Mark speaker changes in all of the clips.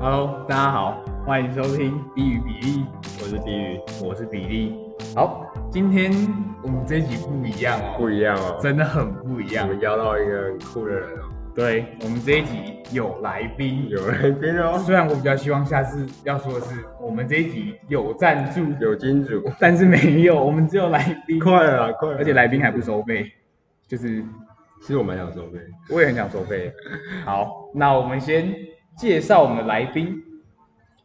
Speaker 1: Hello，大家好，欢迎收听《比与比利》，
Speaker 2: 我是地狱，
Speaker 1: 我是比利。
Speaker 2: 好，
Speaker 1: 今天我们这一集不一样哦，
Speaker 2: 不一样哦，
Speaker 1: 真的很不一
Speaker 2: 我
Speaker 1: 样
Speaker 2: 们。邀到一个很酷的人哦，
Speaker 1: 对我们这一集有来宾，
Speaker 2: 有来 宾哦，
Speaker 1: 虽然我比较希望下次要说的是我们这一集有赞助，
Speaker 2: 有金主，
Speaker 1: 但是没有，我们只有来宾，
Speaker 2: 快了啦快了啦，
Speaker 1: 而且来宾还不收费，就是
Speaker 2: 其实我蛮想收费，
Speaker 1: 我也很想收费。好，那我们先介绍我们的来宾。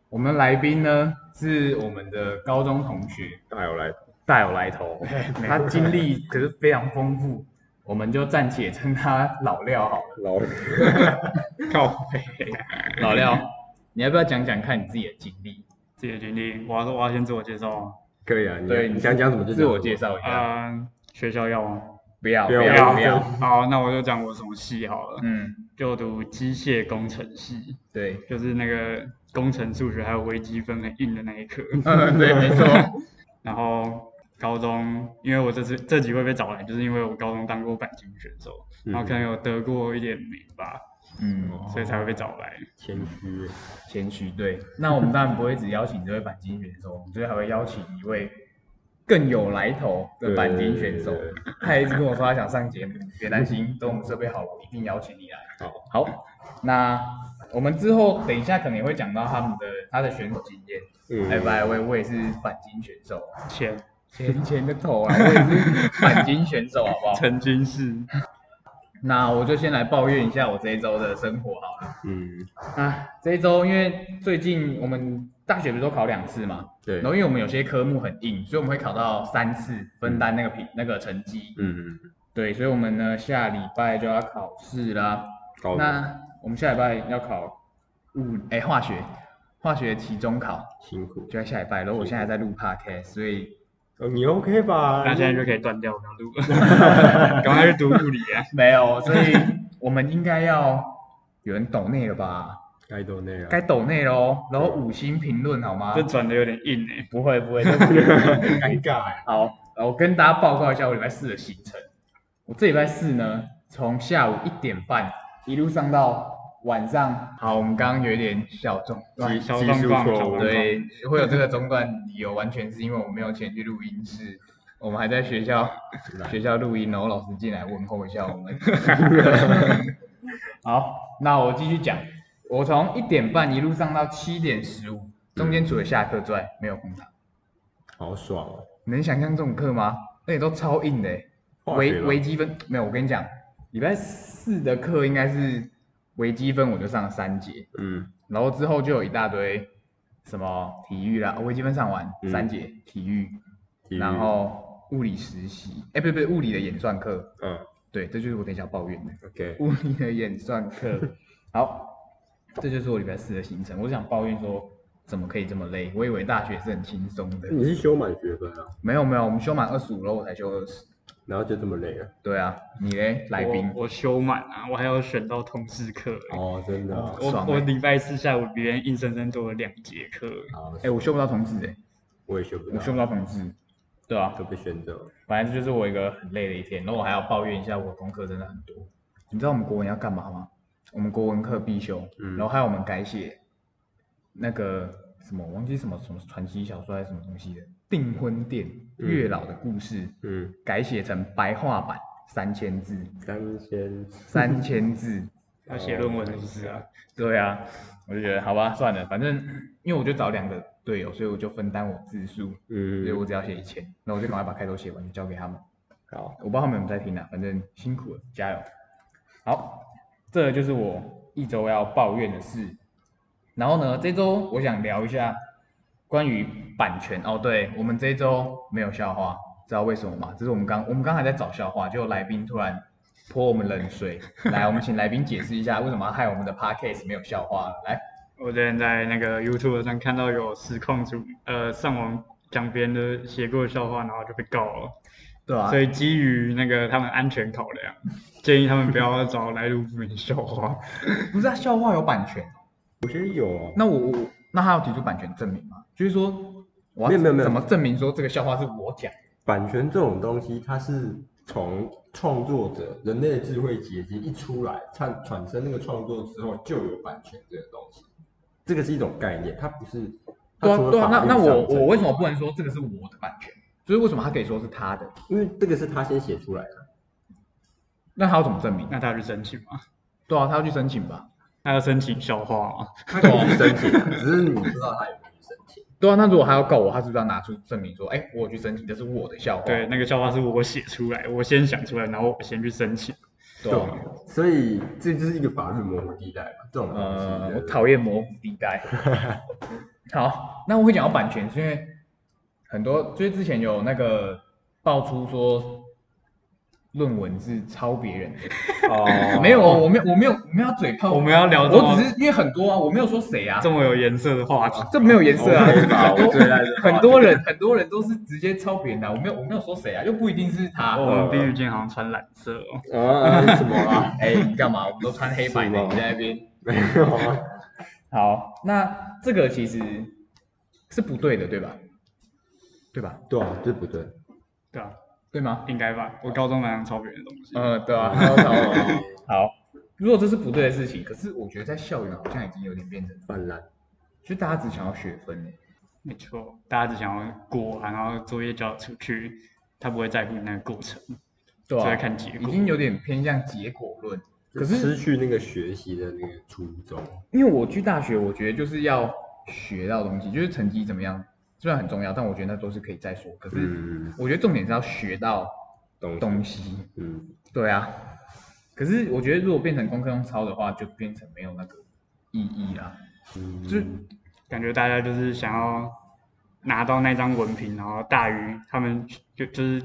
Speaker 1: 我们来宾呢是我们的高中同学
Speaker 2: 大有哎来，
Speaker 1: 大有来 头，他经历可是非常丰富，我们就暂且称他老廖好了。
Speaker 2: 老靠背，
Speaker 1: 老廖，你要不要讲讲看你自己的经历？
Speaker 3: 自己的经历，我要我要先自我介绍吗？
Speaker 2: 可以啊，你
Speaker 1: 对，
Speaker 2: 你想 讲什么就
Speaker 1: 自
Speaker 2: 讲
Speaker 1: 我
Speaker 2: 什么
Speaker 1: 介，绍一下。
Speaker 3: 嗯、学校要吗？
Speaker 1: 不要
Speaker 2: 不
Speaker 1: 啊不
Speaker 2: 要
Speaker 1: 要
Speaker 2: 不
Speaker 1: 不
Speaker 2: 要
Speaker 1: 要。
Speaker 3: 好，那我就讲我什么系好了，
Speaker 1: 嗯，
Speaker 3: 就读机械工程系，
Speaker 1: 对，
Speaker 3: 就是那个工程数学还有微积分很硬的那一课。
Speaker 1: 嗯， 对，没错。
Speaker 3: 然后高中，因为我这次这集会被找来，就是因为我高中当过板金选手，
Speaker 2: 嗯
Speaker 3: 然后可能有得过一点名吧，
Speaker 1: 嗯，
Speaker 3: 所以才会被找来。
Speaker 2: 谦虚，
Speaker 1: 谦虚对。那我们当然不会只邀请这位钣金选手，我们最后还会邀请一位更有来头的钣金选手
Speaker 2: 对对对。
Speaker 1: 他也一直跟我说他想上节目，别担心，等我们设备好了，我一定邀请你来。
Speaker 2: 好，
Speaker 1: 好，那我们之后等一下可能也会讲到他们的他的选手经验。
Speaker 2: 嗯
Speaker 1: 哎，拜我我也是钣金选手，
Speaker 3: 前
Speaker 2: 哦
Speaker 1: 前前个头啊，我也是钣金选手，好不好？
Speaker 3: 曾经是
Speaker 1: 那我就先来抱怨一下我这一周的生活好了。
Speaker 2: 嗯，
Speaker 1: 啊，这一周因为最近我们大学不是都考两次嘛，
Speaker 2: 对
Speaker 1: 然，后因为我们有些科目很硬，所以我们会考到三次分担那个评、那个成绩。
Speaker 2: 嗯，
Speaker 1: 对，所以我们呢下礼拜就要考试啦。
Speaker 2: 高中
Speaker 1: 那我们下礼拜要考物哎、化学，化学期中考
Speaker 2: 辛苦，
Speaker 1: 就在下礼拜。然后我现在还在录 podcast，所以
Speaker 2: 哦你 OK 吧？
Speaker 3: 那现在就可以断 掉，不要录了，赶快去读物理啊！
Speaker 1: 没有，所以我们应该要有人抖内了吧？
Speaker 2: 该懂那 个，
Speaker 1: 该抖内喽，然后五星评论好吗
Speaker 3: 这？转的有点硬哎、
Speaker 1: 不会 不会，这不会
Speaker 2: 尴尬哎，
Speaker 1: 好，呃我跟大家报告一下我礼拜四的行程。我这礼拜四呢，从下午一点半一路上到晚上。好，我们刚刚有一点小中断
Speaker 2: 啊技，
Speaker 3: 小
Speaker 2: 技
Speaker 3: 状
Speaker 2: 术
Speaker 3: 况
Speaker 2: 错
Speaker 3: 小
Speaker 2: 误
Speaker 3: 状况
Speaker 1: 对，会有这个中断理由，完全是因为我没有钱去录音室，我们还在学校学校录音，然后老师进来问候一下我们。好，那我继续讲，我从一点半一路上到七点十五，中间除了下课之外没有空堂。
Speaker 2: 好爽哦，
Speaker 1: 能想象这种课吗？而且都超硬的欸、
Speaker 2: 化学
Speaker 1: 微
Speaker 2: 吗
Speaker 1: 微积分没有，我跟你讲，礼拜四的课应该是微积分，我就上了三节，
Speaker 2: 嗯，
Speaker 1: 然后之后就有一大堆什么体育啦，哦微积分上完、
Speaker 2: 嗯
Speaker 1: 三节体育，
Speaker 2: 体育
Speaker 1: 然后物理实习，哎、不对不对，物理的演算课，
Speaker 2: 嗯
Speaker 1: 对，这就是我等一下抱怨的
Speaker 2: ，OK，
Speaker 1: 物理的演算课。好，这就是我礼拜四的行程。我想抱怨说，怎么可以这么累？我以为大学是很轻松的，
Speaker 2: 你是修满学分啊，
Speaker 1: 没有没有，我们修满二十五了，我才修二十。
Speaker 2: 然后就这么累了，
Speaker 1: 对啊，你嘞，来宾，
Speaker 3: 我我修满啊，我还要选到通识课欸、
Speaker 2: 哦，真的哦，
Speaker 3: 我
Speaker 1: 爽欸
Speaker 3: 我礼拜四下午比别人硬生生多了两节课欸，
Speaker 2: 好
Speaker 1: 哎、我修不到同志哎、
Speaker 2: 我也学不
Speaker 1: 我修不
Speaker 2: 到，
Speaker 1: 到同志。对啊
Speaker 2: 都，被选走了，
Speaker 1: 反正这就是我一个很累的一天，然后我还要抱怨一下我功课真的很多。你知道我们国文要干嘛吗？我们国文课必修，
Speaker 2: 嗯
Speaker 1: 然后还有我们改写那个什么，我忘记什么什么传奇小说还是什么东西的《订婚殿》月老的故事，
Speaker 2: 嗯，
Speaker 1: 改写成白话版三千字，
Speaker 2: 三千
Speaker 1: 三千字。
Speaker 3: 要写论文是不是啊？
Speaker 1: 对啊，我就觉得好吧，算了，反正因为我就找两个队友，所以我就分担我字数，所以
Speaker 2: 嗯
Speaker 1: 我，只要写一千，那我就赶快把开头写完，就交给他们。
Speaker 2: 好，
Speaker 1: 我不知道他们有没有在听啊，反正辛苦了，加油。好，这就是我一周要抱怨的事。然后呢，这周我想聊一下关于版权哦，对我们这周没有笑话，知道为什么吗？这是我们刚我们刚还在找笑话，就来宾突然泼我们冷水。来，我们请来宾解释一下为什么要害我们的 podcast 没有笑话。来，
Speaker 3: 我之前在那个 YouTube 上看到有实况主呃上网讲别人的写过的笑话，然后就被告了。
Speaker 1: 对啊
Speaker 3: 所以基于那个他们安全考量，建议他们不要找来路不明的笑话。
Speaker 1: 不是啊，笑话有版权。
Speaker 2: 我觉得有啊，
Speaker 1: 那我我我那他要提出版权证明吗？就是说，我
Speaker 2: 没
Speaker 1: 要
Speaker 2: 有没有没有
Speaker 1: 怎么证明说这个笑话是我讲的？
Speaker 2: 版权这种东西，它是从创作者人类的智慧结晶一出来，产产生那个创作之后就有版权这个东西，这个是一种概念，它不是。
Speaker 1: 对
Speaker 2: 它
Speaker 1: 啊
Speaker 2: 除了
Speaker 1: 对啊，
Speaker 2: 法
Speaker 1: 那
Speaker 2: 律
Speaker 1: 那
Speaker 2: 上
Speaker 1: 我
Speaker 2: 的
Speaker 1: 我为什么不能说这个是我的版权？就是为什么他可以说是他的？
Speaker 2: 因为这个是他先写出来 的，
Speaker 1: 那他要怎么证明？
Speaker 3: 那他要去申请嘛？
Speaker 1: 对啊，他要去申请吧。
Speaker 3: 那要申请消化嘛？
Speaker 2: 他可以去申请啊，只是你不知道他有没有去申请。
Speaker 1: 对啊，那如果他要告我，他是不是要拿出证明说，哎、我有去申请，这是我的笑话？
Speaker 3: 对，那个笑话是我写出来，我先想出来，然后我先去申请。
Speaker 1: 对啊，
Speaker 2: 所以这就是一个法律模糊地带嘛，这种东西。
Speaker 1: 呃，
Speaker 2: 对
Speaker 1: 我
Speaker 2: 不对
Speaker 1: 讨厌模糊地 带。好，那我会讲到版权，是因为很多就是之前有那个爆出说论文是抄别人的，
Speaker 2: 哦
Speaker 1: 没有，我没有，我没有，我们要嘴炮，
Speaker 3: 我们要聊这么
Speaker 1: 我只是因为很多啊，我没有说谁 啊，
Speaker 3: 这么有颜色的话题，
Speaker 1: 这没有颜色啊
Speaker 2: OK 吧
Speaker 1: 很
Speaker 2: 我最爱这
Speaker 1: 多
Speaker 2: 个话 题
Speaker 1: 很多人很多人都是直接抄别人的啊、我没有我没有说谁啊，又不一定是他。
Speaker 3: 哦我们冰雨剑好像穿蓝色哦。
Speaker 2: 啊，什么啊？
Speaker 1: 哎、你干嘛？我们都穿黑白的，
Speaker 2: 是吗
Speaker 1: 你在那边。
Speaker 2: 没有啊，
Speaker 1: 好，那这个其实是不对的，对吧？对吧？
Speaker 2: 对啊，这不对。
Speaker 3: 对啊，
Speaker 1: 对吗？
Speaker 3: 应该吧。我高中蛮常抄别人的东西。
Speaker 1: 呃，对啊，他都抄我的。好，如果这是不对的事情，可是我觉得在校园好像已经有点变成，
Speaker 2: 泛滥，
Speaker 1: 就大家只想要学分欸
Speaker 3: 没错，大家只想要过，然后作业交出去，他不会在乎你那个过程。
Speaker 1: 对啊，
Speaker 3: 只会看结果
Speaker 1: 已经有点偏向结果论。可是
Speaker 2: 失去那个学习的那个初衷。
Speaker 1: 因为我去大学，我觉得就是要学到东西，就是成绩怎么样，虽然很重要，但我觉得那都是可以再说。可是
Speaker 2: 嗯，
Speaker 1: 我觉得重点是要学到
Speaker 2: 懂
Speaker 1: 东西。
Speaker 2: 嗯，
Speaker 1: 对啊，可是我觉得如果变成功课用抄的话，就变成没有那个意义啦。
Speaker 2: 嗯
Speaker 1: 就是
Speaker 3: 感觉大家就是想要拿到那张文凭，然后大于他们就就是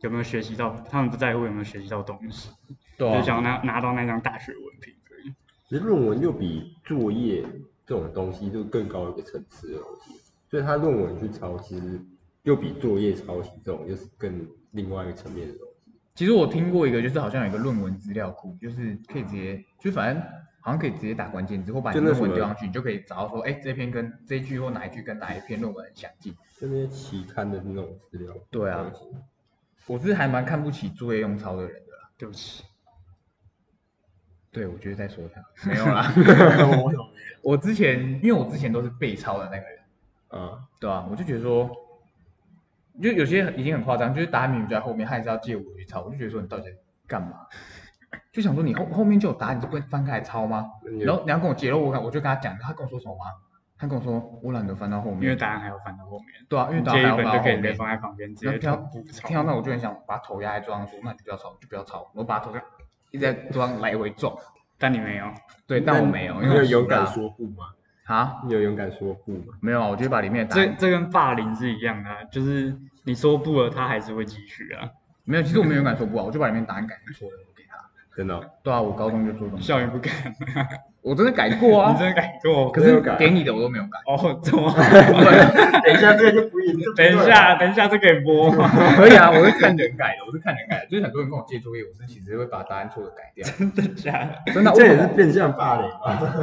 Speaker 3: 有没有学习到，他们不在乎有没有学习到东西，
Speaker 2: 啊
Speaker 1: 对啊
Speaker 3: 就想要拿拿到那张大学文凭而已。
Speaker 2: 其实论文又比作业这种东西就更高一个层次的东西，所以他论文去抄，其实又比作业抄袭这种又是更另外一个层面的东西。
Speaker 1: 其实我听过一个，就是好像有一个论文资料库，就是可以直接，就反正好像可以直接打关键字，或把你
Speaker 2: 就那
Speaker 1: 论
Speaker 2: 什
Speaker 1: 文
Speaker 2: 么
Speaker 1: 丢上去，你就可以找到说，哎，这篇跟这一句或哪一句跟哪一篇论文很相近。
Speaker 2: 就那些期刊的那种资料，
Speaker 1: 对啊，我是还蛮看不起作业用抄的人的啦。
Speaker 3: 对不起，
Speaker 1: 对，我就是在说 他，没有啦。
Speaker 2: 我懂
Speaker 1: 我之前因为我之前都是被抄的那个人，
Speaker 2: 啊，
Speaker 1: 对啊，我就觉得说，就有些已经很夸张，就是答案明明就在后面，他还是要借我去抄，我就觉得说你到底在干嘛？ 就想说你后后面就有答案，你就不会翻开来抄吗？
Speaker 2: 嗯
Speaker 1: 然后你要跟我解露，我看我就跟他讲，他跟我说什么吗？他跟我说我懒得翻到后面，
Speaker 3: 因为答案还要翻到后面，
Speaker 1: 对啊，嗯因为答
Speaker 3: 接
Speaker 1: 案还
Speaker 3: 一
Speaker 1: 要翻到
Speaker 3: 本就
Speaker 1: 后
Speaker 3: 可以
Speaker 1: 面
Speaker 3: 直接放在旁边，直
Speaker 1: 然
Speaker 3: 接
Speaker 1: 后听到
Speaker 3: 同步抄
Speaker 1: 听。到那我就很想把头压在桌上说，那你就不要吵，就不要吵，我把头这样一直在桌上来回撞。
Speaker 3: 但你没有，
Speaker 1: 对，但我没有，
Speaker 2: 那
Speaker 1: 因
Speaker 2: 你
Speaker 1: 为
Speaker 2: 有
Speaker 1: 我
Speaker 2: 勇敢
Speaker 1: 输了
Speaker 2: 说不吗？
Speaker 1: 啊，
Speaker 2: 你有勇敢说不吗？
Speaker 1: 没有啊，我就把里面的答
Speaker 3: 这
Speaker 1: 案，
Speaker 3: 这跟霸凌是一样的、啊，就是你说不了，他还是会继续啊。
Speaker 1: 没有，其实我没有勇敢说不啊，我就把里面答案改成错的我给他。
Speaker 2: 真的哦，
Speaker 1: 对啊，我高中就做这种事，
Speaker 3: 校园不改，
Speaker 1: 我真的改过 啊
Speaker 3: 你，真的改过？
Speaker 1: 可
Speaker 2: 没
Speaker 1: 是
Speaker 2: 有改啊
Speaker 1: 给你的我都没有改。
Speaker 3: 哦，怎么？
Speaker 2: 等一下这个就不一定，
Speaker 3: 等一
Speaker 1: 啊
Speaker 3: 下，等一下，这可以播吗？
Speaker 1: 可以啊，我是看人改的，我是看人改的，就是很多人跟我借作业，我是其实会把答案错的 改掉。
Speaker 3: 真的假的？
Speaker 1: 真的啊，
Speaker 2: 这
Speaker 1: 这
Speaker 2: 也是变相霸凌 啊！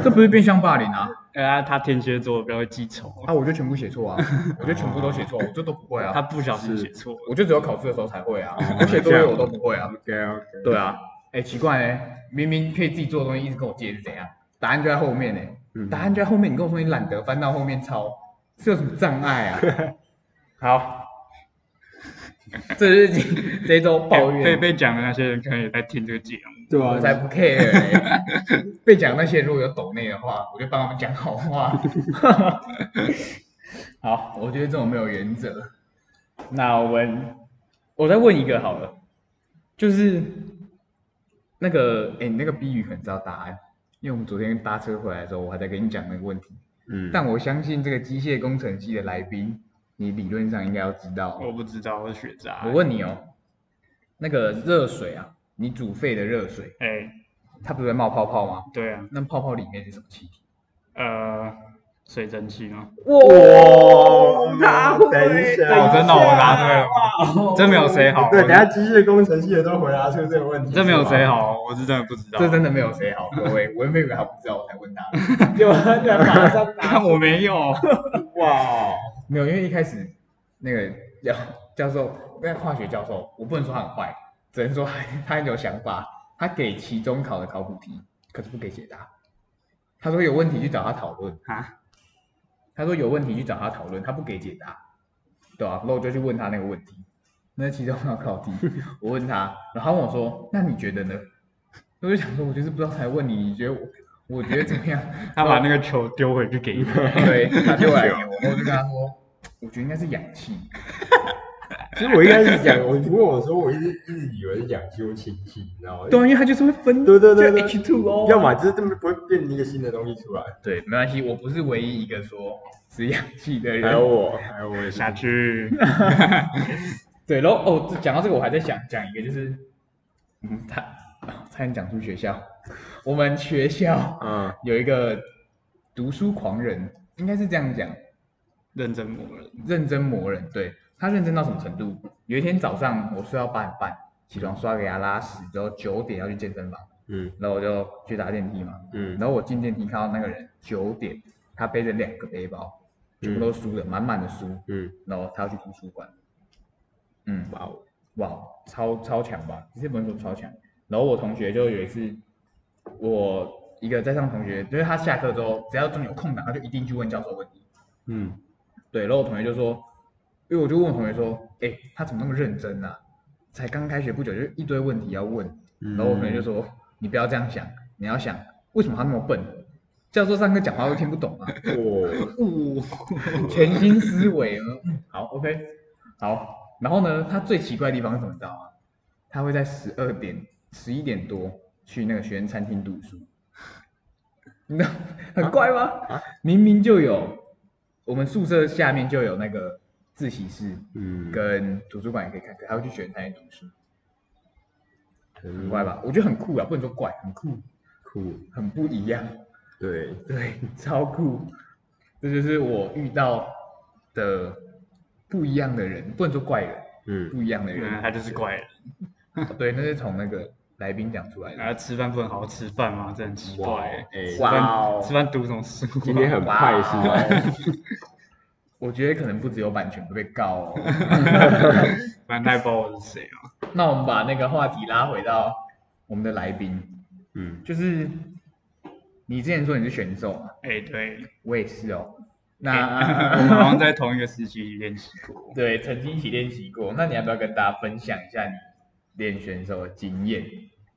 Speaker 1: 这不是变相霸凌啊！
Speaker 3: 呃，他天蝎座比较会记仇，
Speaker 1: 啊，我就全部写错啊，我就全部都写错，我这都不会
Speaker 3: 他
Speaker 1: 啊，
Speaker 3: 不小心写错了。
Speaker 1: 我就只有考试的时候才会 啊，我写作业我都不会啊。
Speaker 2: OK OK，
Speaker 1: 对啊，哎，奇怪哎，明明可以自己做的东西，一直跟我借是怎样？答案就在后面呢，
Speaker 2: 嗯
Speaker 1: 答案就在后面，你跟我说你懒得翻到后面抄，是有什么障碍啊？好，这是今这一周抱怨
Speaker 3: 哎被被讲的那些人可能也在听这个节目，
Speaker 2: 对
Speaker 1: 我才
Speaker 2: 啊，
Speaker 1: 不 care 欸、被讲那些如果有抖内的话，我就帮他们讲好话。好，我觉得这种没有原则。那我们，我再问一个好了，就是那个，哎、你那个 B 语可能知道答案，因为我们昨天搭车回来的时候，我还在跟你讲那个问题。
Speaker 2: 嗯，
Speaker 1: 但我相信这个机械工程系的来宾，你理论上应该要知道哦。
Speaker 3: 我不知道，我是学渣。
Speaker 1: 我，问你哦，那个热水啊，你煮沸的热水，
Speaker 3: 哎，
Speaker 1: 它不是会冒泡泡吗？
Speaker 3: 对啊，
Speaker 1: 那泡泡里面是什么气体？
Speaker 3: 呃，水蒸气吗？
Speaker 2: 哇他会
Speaker 1: 啊
Speaker 3: 哦，真的，我答对了，这没有谁好，
Speaker 2: 对，等一下机械工程系的都回答出这个问题，
Speaker 3: 这没有谁
Speaker 2: 好，
Speaker 3: 好，我是真的不知道。
Speaker 1: 这真的没有谁好，各位，我也没以为他不知道，我才问他。
Speaker 2: 就他讲马上
Speaker 3: 看我 没有，
Speaker 2: 哇，
Speaker 1: 没有，因为一开始那个教教授，那个化学教授，我不能说他很坏，只能说他他很有想法。他给期中考的考古题，可是不给解答。他说有问题去找他讨论，
Speaker 3: 啊，
Speaker 1: 他说有问题去找他讨论，他不给解答，对吧、然后我就去问他那个问题，那其中那道考题，我问他，然后他问我说，那你觉得呢？ 我就想说，我就是不知道才问你，你觉得我，我觉得怎么样？
Speaker 3: 他把那个球丢回去给你，
Speaker 1: 对，他就来给我，然后我就跟他说，我觉得应该是氧气，
Speaker 2: 其实我一开始讲，我你问我说，我一直一直以为是氧气或氢气，你知道吗？
Speaker 1: 对啊，因为他就是会分，
Speaker 2: 对对对对
Speaker 1: ，H two O，
Speaker 2: 要么就是根本不会变一个新的东西出来。
Speaker 1: 对，没关系，我不是唯一一个说是氧气的
Speaker 2: 还有
Speaker 1: 人。
Speaker 2: 我，还有我也是
Speaker 3: 下去。
Speaker 1: 对，然后哦，这讲到这个，我还在想讲一个，就是，嗯，他啊差点讲出学校，我们学校
Speaker 2: 嗯，
Speaker 1: 有一个读书狂人，应该是这样讲，
Speaker 3: 认真磨人，
Speaker 1: 认真磨人。对他认真到什么程度？有一天早上我睡到八点半，起床刷个牙拉屎之后，九点要去健身房，
Speaker 2: 嗯
Speaker 1: 然后我就去搭电梯嘛，
Speaker 2: 嗯，
Speaker 1: 然后我进电梯看到那个人九点，他背着两个背包，全部都是书的，满满的书，
Speaker 2: 嗯，
Speaker 1: 然后他要去图书馆，嗯，
Speaker 2: 哇哦，
Speaker 1: 哇，超超强吧？其实不能说超强。然后我同学就有一次，我一个在上同学，就是他下课之后，只要中间有空档，他就一定去问教授问题。
Speaker 2: 嗯，
Speaker 1: 对，然后我同学就说，因为我就问我同学说，哎、他怎么那么认真啊？才刚开学不久，就一堆问题要问。然后我同学就说，你不要这样想，你要想为什么他那么笨？教授上课讲话都听不懂啊。
Speaker 2: 我，
Speaker 1: 哦，全新思维，嗯， 好，OK，好。然后呢，他最奇怪的地方是什么？你知道吗？他会在十二点、十一点多去那个学生餐厅读书， 你知道很怪吗？
Speaker 2: 啊
Speaker 1: 明明就有，我们宿舍下面就有那个自习室
Speaker 2: 嗯，
Speaker 1: 跟图书馆也可以看，可他会去学生餐厅读书，很
Speaker 2: 很
Speaker 1: 怪吧？我觉得很酷啊，不能说怪，很酷，
Speaker 2: 酷，
Speaker 1: 很不一样。
Speaker 2: 对，
Speaker 1: 对， 超酷，这就是我遇到的不一样的人，不能说怪人，
Speaker 2: 嗯，
Speaker 1: 不一样的
Speaker 3: 嗯，他
Speaker 1: 人。
Speaker 3: 就是怪人。
Speaker 1: 对，那是从那个来宾讲出来
Speaker 3: 然后
Speaker 2: 嗯
Speaker 1: 的。
Speaker 3: 吃饭不能好好吃饭吗？这很奇怪欸。
Speaker 2: 哎，
Speaker 1: 哇哦
Speaker 3: 吃饭读什么书啊？
Speaker 2: 今嗯 天很派是吧？
Speaker 1: 我觉得可能不只有版权会被告哦。
Speaker 3: 反正他也不知道我是谁啊。
Speaker 1: 那我们把那个话题拉回到我们的来宾，
Speaker 2: 嗯，
Speaker 1: 就是你之前说你是选手嘛，
Speaker 3: 哎、对，
Speaker 1: 我也是哦。
Speaker 3: 我们
Speaker 1: 那
Speaker 3: 好像在同一个时期练习过。
Speaker 1: 对，曾经一起练习过。那你要不要跟大家分享一下你练选手的经验？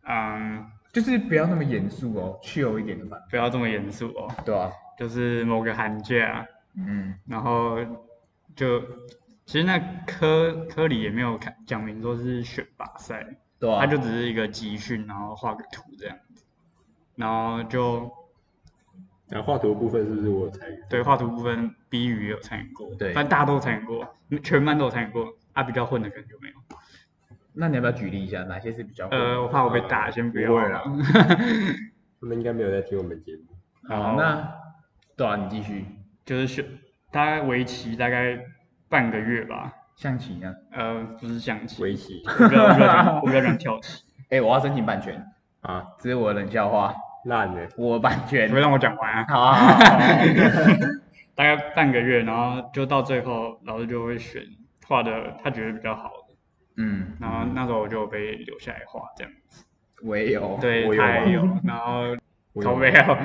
Speaker 3: 嗯，
Speaker 1: 就是不要那么严肃哦，去有一点的吧。
Speaker 3: 不要这么严肃哦。
Speaker 1: 对啊，
Speaker 3: 就是某个寒假，
Speaker 1: 嗯，
Speaker 3: 然后就其实那科科里也没有看讲明说是选拔赛，
Speaker 1: 对啊，
Speaker 3: 它就只是一个集训，然后画个图这样子，然后就
Speaker 2: 然后画图的部分是不是我有参与？
Speaker 3: 对画图部分，B 语也有参与过，
Speaker 1: 对
Speaker 3: 但大家都有参与过，嗯全班都有参与过，啊，比较混的可能就没有。
Speaker 1: 那你要不要举例一下哪些是比较火的？
Speaker 3: 呃，我怕我被打，先不要
Speaker 2: 不会啦
Speaker 3: 了。
Speaker 2: 他们应该没有在听我们节目。
Speaker 1: 好，那对啊，你继续
Speaker 3: 就是选大概为期大概半个月吧，
Speaker 1: 象棋呢？
Speaker 3: 呃，不是象棋，
Speaker 2: 围棋
Speaker 3: 我比较我比较喜欢我比较喜欢跳棋，
Speaker 1: 哎、我要申请版权，
Speaker 2: 啊，
Speaker 1: 这是我的冷笑话，
Speaker 2: 烂的，
Speaker 1: 我版权
Speaker 3: 你。会让我讲完啊？
Speaker 1: 好啊，好啊好啊
Speaker 3: 大概半个月，然后就到最后，老师就会选画的他觉得比较好的，
Speaker 1: 嗯，
Speaker 3: 然后那时候我就被留下来画这样子。
Speaker 1: 哦我也有，
Speaker 3: 对
Speaker 2: 我，有
Speaker 3: 他
Speaker 2: 吗
Speaker 3: 也有，然后
Speaker 2: 我
Speaker 3: 他
Speaker 2: 有啊
Speaker 3: 没啊有，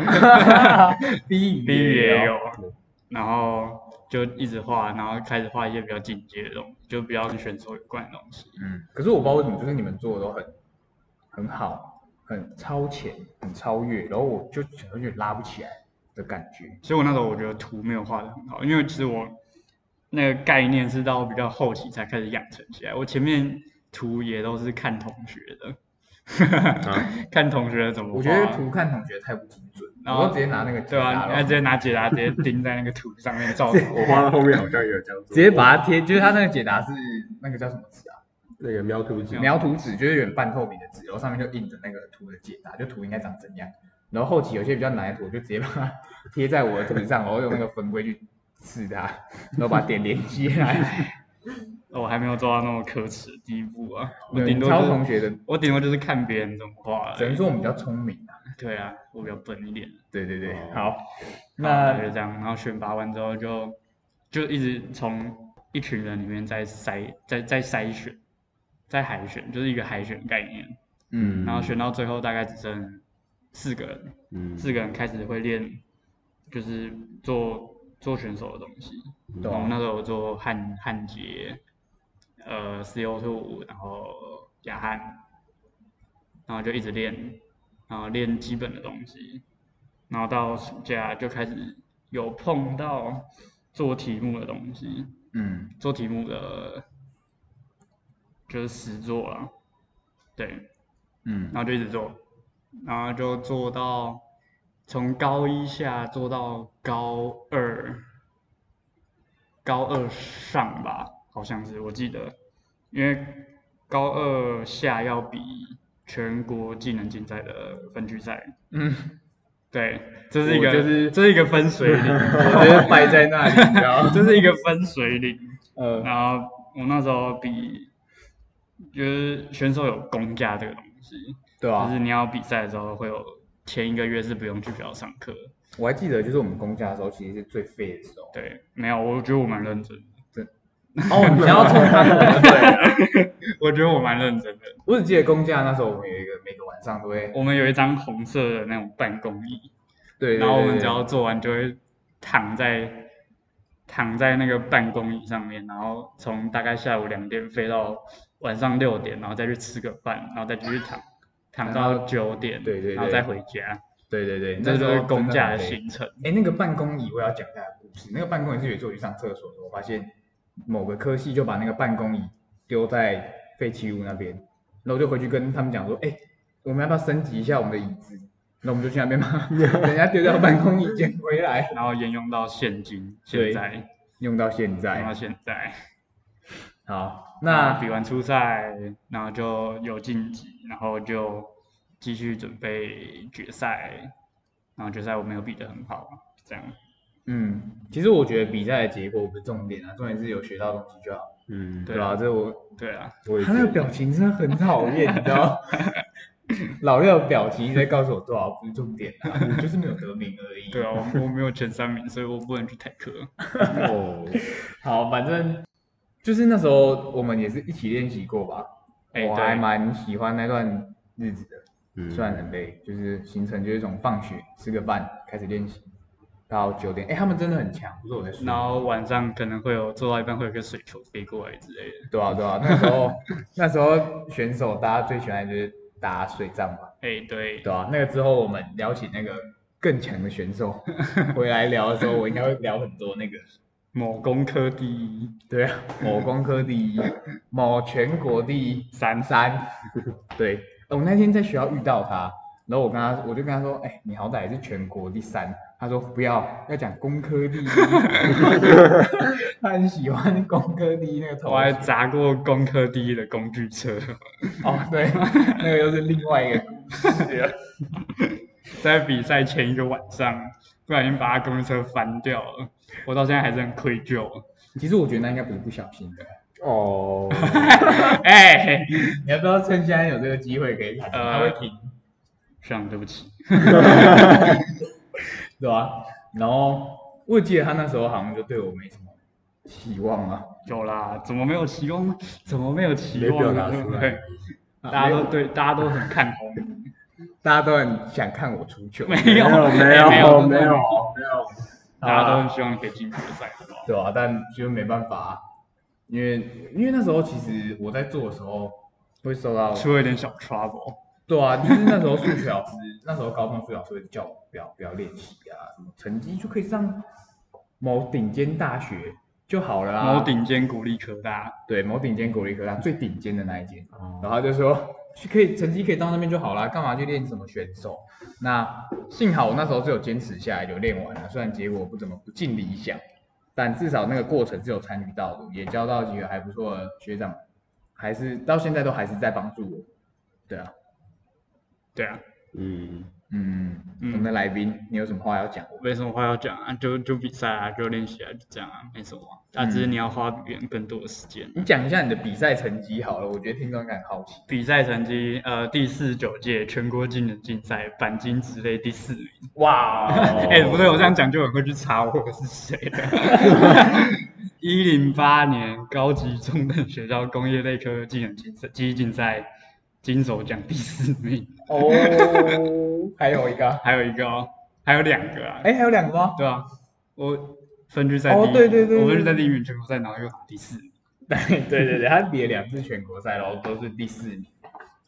Speaker 1: ，B
Speaker 3: 李宇也有
Speaker 2: 有，
Speaker 3: 然后就一直画，然后开始画一些比较进阶的东西，就比较跟选手有关的东西。
Speaker 1: 嗯，可是我不知道为什么，就是你们做的都很很好，很超前，很超越，然后我就整个就拉不起来的感觉。
Speaker 3: 所以我那时候我觉得图没有画的很好，因为其实我那个概念是到比较后期才开始养成起来，我前面图也都是看同学的， 看同学怎么画。
Speaker 1: 我觉得图看同学太不精准，
Speaker 3: 然后
Speaker 1: 我都直接拿那个
Speaker 3: 对啊，
Speaker 1: 解答
Speaker 3: 你
Speaker 1: 了
Speaker 3: 还直接拿解答直接钉在那个图上 面照着
Speaker 2: 我画到后面好像也有这样做，
Speaker 1: 直接把它贴，就是它那个解答是那个叫什么词啊？
Speaker 2: 那个喵图纸，
Speaker 1: 描图纸，就是有点半透明的纸，然后上面就印着那个图的解答，就图应该长怎样。然后后期有些比较难的图，我就直接把它贴在我的图上，然后用那个分规去刺它，然后把点连接来。
Speaker 3: 哦我还没有做到那么可耻的地步啊， 我
Speaker 1: 对
Speaker 3: 顶多、
Speaker 1: 超
Speaker 3: 就
Speaker 1: 同
Speaker 3: 是、哎
Speaker 1: 学的，
Speaker 3: 我顶多就是看别人怎么画而
Speaker 1: 只能
Speaker 3: 已。
Speaker 1: 说我们比较聪明啊。
Speaker 3: 对啊，我比较笨一点。
Speaker 1: 对对对，
Speaker 2: 哦
Speaker 1: 好，
Speaker 3: 那
Speaker 1: 那
Speaker 3: 就这样，然后选拔完之后就就一直从一群人里面再筛、再再筛选、再海选，就是一个海选概念。
Speaker 1: 嗯，
Speaker 3: 然后选到最后大概只剩四个人，
Speaker 2: 嗯，
Speaker 3: 四个人开始会练，就是做做选手的东西。
Speaker 2: 嗯
Speaker 1: 对
Speaker 3: 我
Speaker 1: 啊
Speaker 3: 们那时候有做焊焊接，呃，CO2，然后亚焊，然后就一直练，然后练基本的东西，然后到暑假就开始有碰到做题目的东西，
Speaker 1: 嗯，
Speaker 3: 做题目的就是实做啦，对，
Speaker 1: 嗯
Speaker 3: 然，后就一直做，然后就做到从高一下做到高二，高二上吧，好像是我记得，因为高二下要比全国技能竞赛的分区赛，
Speaker 1: 嗯，
Speaker 3: 对，这是一个
Speaker 1: 我就是
Speaker 3: 这是一个分水 岭，
Speaker 1: 我觉得摆在那里，你知道 吗？
Speaker 3: 这是一个分水岭。
Speaker 1: 呃，
Speaker 3: 然后我那时候比就是选手有公假这个东西，
Speaker 1: 对啊
Speaker 3: 就是你要比赛的时候会有前一个月是不用去学校上课的，
Speaker 1: 我还记得，就是我们公假的时候，其实是最废的时候。
Speaker 3: 对，没有，我觉得我蛮认真的，
Speaker 1: 哦，你要冲他 们？对，
Speaker 3: 我觉得我蛮认真的。
Speaker 1: 我只记得公假那时候，我们有一个每个晚上都会，
Speaker 3: 我们有一张红色的那种办公椅，
Speaker 1: 哦对，对
Speaker 3: 然后我们
Speaker 1: 对
Speaker 3: 只要做完就会躺在躺在那个办公椅上面，然后从大概下午两点飞到晚上六点，然后再去吃个饭，然后再继续躺躺到九点，
Speaker 1: 对对
Speaker 3: 然后
Speaker 1: 对
Speaker 3: 再回家，
Speaker 1: 对对对，
Speaker 3: 这
Speaker 1: 那时
Speaker 3: 就
Speaker 1: 候
Speaker 3: 是公假的
Speaker 1: 真很累
Speaker 3: 行程。
Speaker 1: 哎、那个办公椅我要讲一下故事。那个办公椅是有一次我去上厕所的时候，我发现某个科系就把那个办公椅丢在废弃物那边，然后我就回去跟他们讲说，哎、我们要不要升级一下我们的椅子？那我们就去那边把 人家丢掉办公椅捡回来，
Speaker 3: 然后沿用到现今，
Speaker 1: 对
Speaker 3: 现在
Speaker 1: 用到现
Speaker 3: 用到
Speaker 1: 在。
Speaker 3: 现在。
Speaker 1: 好，
Speaker 3: 然
Speaker 1: 那
Speaker 3: 后比完初赛，然后就有晋级，然后就继续准备决赛，然后决赛我没有比得很好，这样。
Speaker 1: 嗯，其实我觉得比赛的结果不是重点啊，重点是有学到东西就好，
Speaker 2: 嗯，
Speaker 3: 对
Speaker 1: 对吧、这我
Speaker 3: 对啊，
Speaker 2: 我也
Speaker 1: 他那个
Speaker 2: 觉得
Speaker 1: 表情真的很讨厌，你知道吗？ 老廖的表情一直在告诉我多少不是重点、啊，我就是没有得名而已。
Speaker 3: 对 啊，我我没有前三名，所以我不能去台科。
Speaker 2: 哦，
Speaker 1: 好，反正就是那时候我们也是一起练习过吧。
Speaker 3: 哎
Speaker 1: 我
Speaker 3: 对
Speaker 1: 还蛮喜欢那段日子的，
Speaker 2: 嗯
Speaker 1: 虽然很累，就是行程就是从放学吃个饭开始练习，到九点。哎、他们真的很强，不是我在说。
Speaker 3: 然后晚上可能会有做到一半会有个水球飞过来之类的。
Speaker 1: 对啊对啊，那时候 那时候选手大家最喜欢就是打水仗嘛，
Speaker 3: 哎，对，
Speaker 1: 对啊，那个之后我们聊起那个更强的选 手回来聊的时候，我应该会聊很多那个。
Speaker 3: 某工科第一，
Speaker 1: 对啊，某工科第一，某全国第一，三三。对，哦我那天在学校遇到他，然后我跟他，我就跟他说，哎、你好歹也是全国第三。他说不要，要讲工科 第一。他很喜欢工科第一那个头
Speaker 3: 我还
Speaker 1: 衔。
Speaker 3: 砸过工科第一的工具车，
Speaker 1: 哦，对，那个又是另外一个故事
Speaker 3: 啊
Speaker 1: 了。
Speaker 3: 在比赛前一个晚上，不小心把他工具车翻掉了，我到现在还是很愧疚。
Speaker 1: 其实我觉得那应该不是不小心的，
Speaker 2: 哦，
Speaker 3: 哎，
Speaker 1: 你要不要趁现在有这个机会给他？他会
Speaker 3: 呃
Speaker 1: 停。
Speaker 3: 学长，对不起。
Speaker 1: 对啊，然后我记得他那时候好像就对我没什么期望啊，
Speaker 3: 有啦，怎么没有期望呢？怎么没有期
Speaker 2: 没表
Speaker 3: 望
Speaker 2: 达
Speaker 3: 呢？啊对
Speaker 2: 出
Speaker 3: 不
Speaker 2: 来
Speaker 3: 对？，大家
Speaker 1: 没
Speaker 3: 都
Speaker 1: 有
Speaker 3: 对，大家都很看好你。
Speaker 1: 大家都很想看我出 糗，
Speaker 3: 没有，
Speaker 2: 没
Speaker 3: 有，
Speaker 2: 有没
Speaker 3: 没
Speaker 2: 有
Speaker 3: 有，
Speaker 2: 没有，
Speaker 3: 大家都很希望你可以进决赛，好不好？
Speaker 1: 对啊，但就没办法啊、因为因为那时候其实我在做的时候会受到，
Speaker 3: 出了一点小 trouble，
Speaker 1: 对啊，就是那时候数学老师，那时候高中数学老师会叫我不要不要练习啊，什么成绩就可以上某顶尖大学就好了啊，
Speaker 3: 某顶尖鼓励科大，
Speaker 1: 对某顶尖国立科大最顶尖的那一间，
Speaker 2: 哦
Speaker 1: 然后他就说去可以成绩可以到那边就好啦，干嘛去练什么选手？那幸好我那时候是有坚持下来，有练完了，虽然结果不怎么不尽理想，但至少那个过程是有参与到的，也交到几个还不错的学长，还是到现在都还是在帮助我。对啊，
Speaker 3: 对啊，
Speaker 2: 嗯，
Speaker 1: 嗯，
Speaker 3: 嗯
Speaker 1: 我们的来宾，你有什么话要讲？
Speaker 3: 我没什么话要讲啊，就就比赛啊，就练习啊，就这样啊，没什么啊。啊，只是你要花比别人更多的时间。
Speaker 1: 你讲一下你的比赛成绩好了，我觉得听众应该很好奇。
Speaker 3: 比赛成绩，呃，第四十九届全国技能竞赛板金之类第四名。
Speaker 1: 哇
Speaker 3: 哎、不对，我这样讲就有人会去查我是谁了。 一零八年高级中等学校工业类科技能竞赛记忆竞赛金手奖第四名，
Speaker 1: 哦，还有一个啊，
Speaker 3: 还有一个哦，还有两个啊，
Speaker 1: 哎，还有两个吗？
Speaker 3: 对啊，我分区赛第一
Speaker 1: 哎哦
Speaker 3: 名，
Speaker 1: 对对对
Speaker 3: 我分
Speaker 1: 对
Speaker 3: 区赛第一名，全国赛然后又拿第四名，
Speaker 1: 对对对对，他比了两次全国赛，然后都是第四名。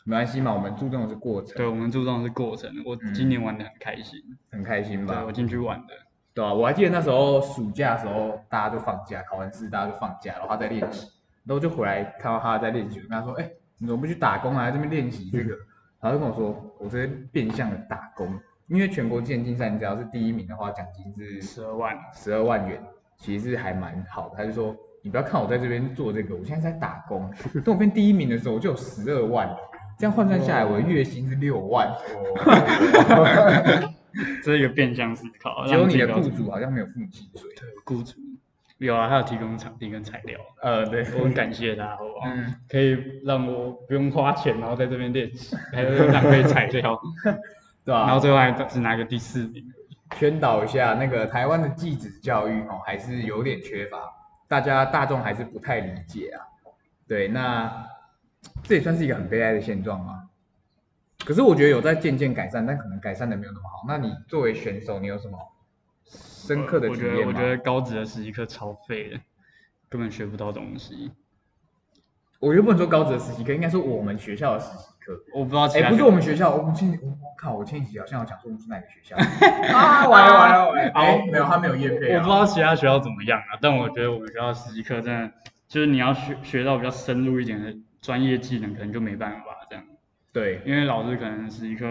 Speaker 1: 没关系嘛，我们注重的是过程，
Speaker 3: 对我们注重的是过程，我
Speaker 1: 嗯
Speaker 3: 今年玩的很开心，
Speaker 1: 很开心
Speaker 3: 对
Speaker 1: 吧
Speaker 3: 我？进去玩的，
Speaker 1: 对啊，我还记得那时候暑假的时候，大家就放假，考完试大家就放假，然后他在练习，然后就回来看到他在练习，我跟他说：“哎、你怎么不去打工啊，还在这边练 习这个？”然后就跟我说：“我这边变相的打工，因为全国电竞赛，你只要是第一名的话，奖金是
Speaker 3: 十二万，
Speaker 1: 十二万元，其实还蛮好的。”他就说：“你不要看我在这边做这个，我现在在打工，等我变第一名的时候，我就有十二万了，这样换算下来，我的月薪是六万。
Speaker 3: 这是一个变相思考，
Speaker 1: 结果
Speaker 3: 让
Speaker 1: 你
Speaker 3: 自己
Speaker 1: 的
Speaker 3: 不要
Speaker 1: 雇主好像没有付你薪水。
Speaker 3: 对雇主有啊，他有提供场地跟材料，”
Speaker 1: 呃，对，
Speaker 3: 我很感谢他，好不好？
Speaker 1: 嗯。
Speaker 3: 可以让我不用花钱，然后在这边练习，还有浪费材料，
Speaker 1: 对啊吧、
Speaker 3: 然后最后还只拿个第四名，
Speaker 1: 宣导一下，那个台湾的继子教育哦，还是有点缺乏，大家大众还是不太理解啊。对，那这也算是一个很悲哀的现状嘛。可是我觉得有在渐渐改善，但可能改善的没有那么好。那你作为选手，你有什么深刻的
Speaker 3: 我
Speaker 1: 体
Speaker 3: 觉
Speaker 1: 验
Speaker 3: 得
Speaker 1: 吗？
Speaker 3: 我觉得高职的实习课超废的，根本学不到东西。
Speaker 1: 我原本说高职的实习课，应该说我们学校的实习课。
Speaker 3: 我不知道其
Speaker 1: 哎、
Speaker 3: 他
Speaker 1: 不是
Speaker 3: 学
Speaker 1: 我们学校，我们前我我靠，我前几集好像有讲说我们是哪个学 校啊？完了完了完了！
Speaker 3: 好
Speaker 1: 哎、没有，他没有业配、啊。
Speaker 3: 我不知道其他学校怎么样啊，但我觉得我们学校实习课真的就是你要学学到比较深入一点的专业技能，可能就没办法这样，
Speaker 1: 对，
Speaker 3: 因为老师可能实习课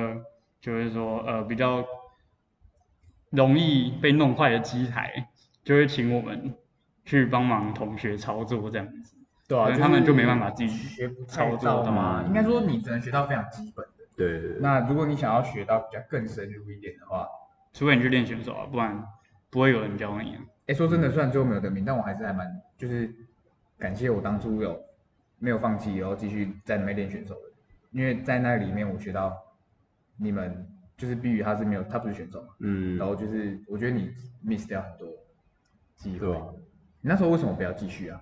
Speaker 3: 就会说呃比较容易被弄坏的机台，就会请我们去帮忙同学操作这样子。
Speaker 1: 对啊，
Speaker 3: 可能他们就没办法
Speaker 1: 是
Speaker 3: 自己
Speaker 1: 学不太
Speaker 3: 操
Speaker 1: 到
Speaker 3: 作的
Speaker 1: 嘛
Speaker 3: 嘛。
Speaker 1: 应该说你只能学到非常基本的。
Speaker 2: 对对对，
Speaker 1: 那如果你想要学到比较更深入一点的话，
Speaker 3: 除非你去练选手啊，不然不会有人教你啊。
Speaker 1: 哎，说真的，虽然最后没有得名，但我还是还蛮就是感谢我当初有没有放弃，然后继续在那边练选手的，因为在那里面我学到你们就是碧宇他是没有他不是选手嘛，
Speaker 2: 嗯
Speaker 1: 然，后就是我觉得你 miss 掉很多机会
Speaker 2: 对。
Speaker 3: 啊
Speaker 2: 吧？
Speaker 1: 你那时候为什么不要继续啊？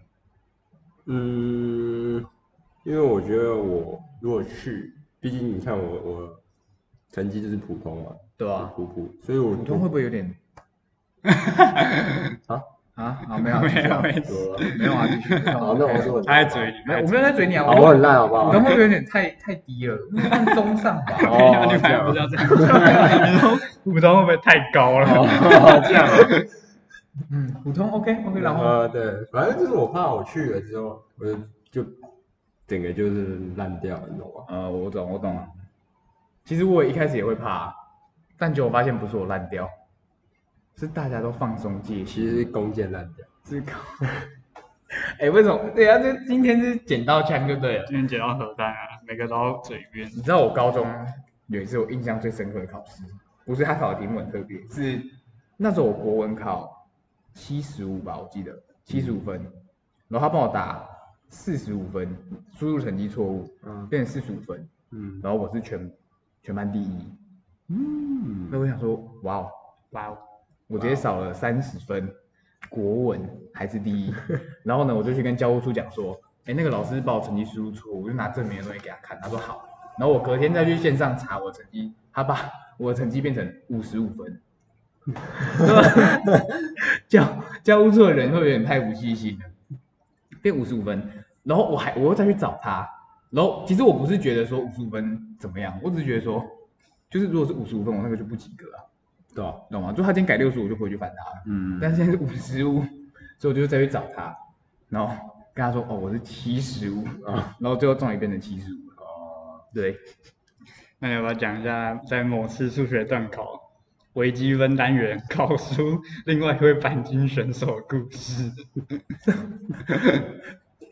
Speaker 2: 嗯，因为我觉得我如果去，毕竟你看我我成绩就是普通嘛，
Speaker 1: 对啊，
Speaker 2: 普普，所以我
Speaker 1: 普通会不会有点
Speaker 2: 啊？
Speaker 1: 啊？好，没有啊，继续啊
Speaker 3: 没有没事
Speaker 2: 我
Speaker 1: 没有啊，继续。
Speaker 2: 好，那我说我
Speaker 3: 他在嘴里，
Speaker 1: 没有，我没有在嘴你啊，
Speaker 2: 好，我很烂，好不好
Speaker 1: 普？通会不会有点太太低了？你看中上吧。
Speaker 2: 哦
Speaker 3: 哦，你还不
Speaker 1: 啊
Speaker 3: 知道这样， 你说武装会不会太高了？
Speaker 2: 哦，这样啊。
Speaker 1: 嗯，普通 OK OK，然后
Speaker 2: 呃，对，反正就是我怕我去了之后，我就就整个就是烂掉，你懂吗？
Speaker 1: 呃，我懂我懂了。其实我一开始也会怕，啊但结果发现不是我烂掉，是大家都放松戒心。
Speaker 2: 其实是弓箭烂掉，
Speaker 1: 是搞， 哎，为什么？对啊，这今天是捡到枪就对了。
Speaker 3: 今天捡到核弹啊，每个都要嘴边。
Speaker 1: 你知道我高中有一次我印象最深刻的考试，不是他考的题目很特别，是那时候我国文考七十五吧，我记得七十五分，然后他帮我打四十五分，输入成绩错误，
Speaker 2: 嗯
Speaker 1: 变成四十五分，
Speaker 2: 嗯
Speaker 1: 然后我是全全班第一，
Speaker 2: 嗯，
Speaker 1: 那我想说，哇哦，
Speaker 3: 哇哦，
Speaker 1: 我直接少了三十分，国文还是第一。然后呢，我就去跟教务处讲说，哎，那个老师把我成绩输入错，我就拿证明的东西给他看，他说好。然后我隔天再去线上查我成绩，他把我的成绩变成五十五分。教教务处的人会有点太不细心了，变五十五分，然后我还我又再去找他，然后其实我不是觉得说五十五分怎么样，我只是觉得说，就是如果是五十五分，我那个就不及格啊。
Speaker 2: 对吧？
Speaker 1: 懂吗？就他今天改六十五，我就不会去烦他了。
Speaker 2: 嗯，
Speaker 1: 但现在是五十五，所以我就再去找他，然后跟他说：“哦，我是七十五。”
Speaker 3: 啊
Speaker 1: 然后最后终于变成七十五了。哦，对，
Speaker 3: 那你要不要讲一下，在某次数学段考微积分单元考出另外一位钣金选手的故事？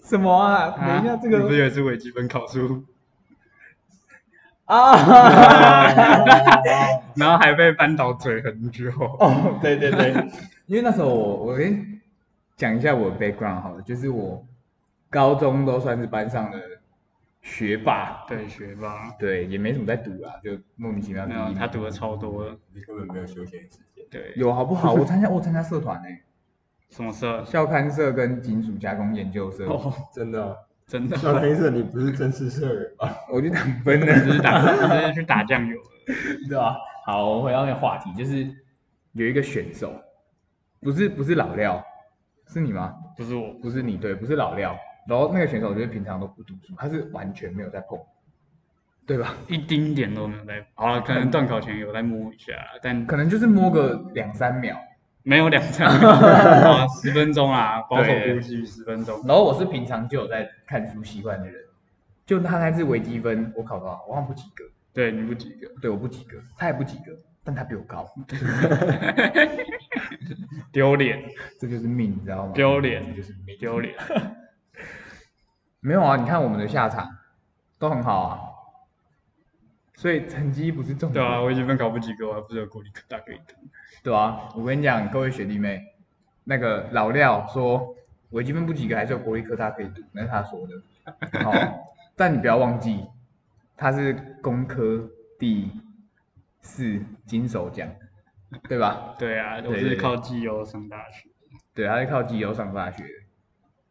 Speaker 1: 什么啊？等一下，
Speaker 3: 啊
Speaker 1: 这
Speaker 3: 你不是
Speaker 1: 个
Speaker 3: 有一次微积分考出，
Speaker 1: 啊，
Speaker 3: 然后还被扳倒嘴很久？
Speaker 1: 哦，对对对， 因为那时候我我先讲一下我的 background 好了，就是我高中都算是班上的学霸，
Speaker 3: 对，学霸，
Speaker 1: 对，也没什么在读啊，就莫名其妙
Speaker 3: 没
Speaker 1: 第一
Speaker 3: 有
Speaker 1: 名
Speaker 3: 他读的超多的，
Speaker 2: 你根本没有休闲时间，
Speaker 3: 对，
Speaker 1: 有好不好？我参加我参加社团呢、
Speaker 3: 什么色？
Speaker 1: 校刊社跟金属加工研究社，
Speaker 3: 哦，
Speaker 2: 真的啊。
Speaker 3: 真的，
Speaker 2: 小黑色，你不是正式社员吧？
Speaker 1: 我去打分了，
Speaker 3: 只是打，只是去打酱油了。
Speaker 1: 对吧、好，我回到那个话题，就是有一个选手，不是不是老廖，是你吗？
Speaker 3: 不是我，
Speaker 1: 不是你，对，不是老廖。然后那个选手就是平常都不读书，他是完全没有在碰，对吧？
Speaker 3: 一丁点都没有在。好了，可能断考前有在摸一下，但
Speaker 1: 可能就是摸个两三秒。
Speaker 3: 没有两 场啊，十分钟啊，保守估计十分钟。
Speaker 1: 然后我是平常就有在看书习惯的人，就他那次微积分我考多少，我好像不及格，
Speaker 3: 对，你不及格。
Speaker 1: 对，我不及格，他也不及格，但他比我高，
Speaker 3: 丢脸，
Speaker 1: 这就是命，你知道吗？
Speaker 3: 丢脸
Speaker 1: 这就是命。
Speaker 3: 丢脸。
Speaker 1: 没有啊，你看我们的下场都很好啊，所以成绩不是重
Speaker 3: 对
Speaker 1: 点，
Speaker 3: 啊，微积分考不及格，我还不是有国立科大可以读。
Speaker 1: 对啊，我跟你讲，各位学弟妹，那个老廖说微积分不及格还是有国立科大可以读，那是他说 的。好，但你不要忘记，他是工科第四金手奖，对吧？
Speaker 3: 对啊，我
Speaker 1: 对对
Speaker 3: 是
Speaker 1: 对
Speaker 3: 靠绩优上大学。
Speaker 1: 对，他是靠绩优上大学的。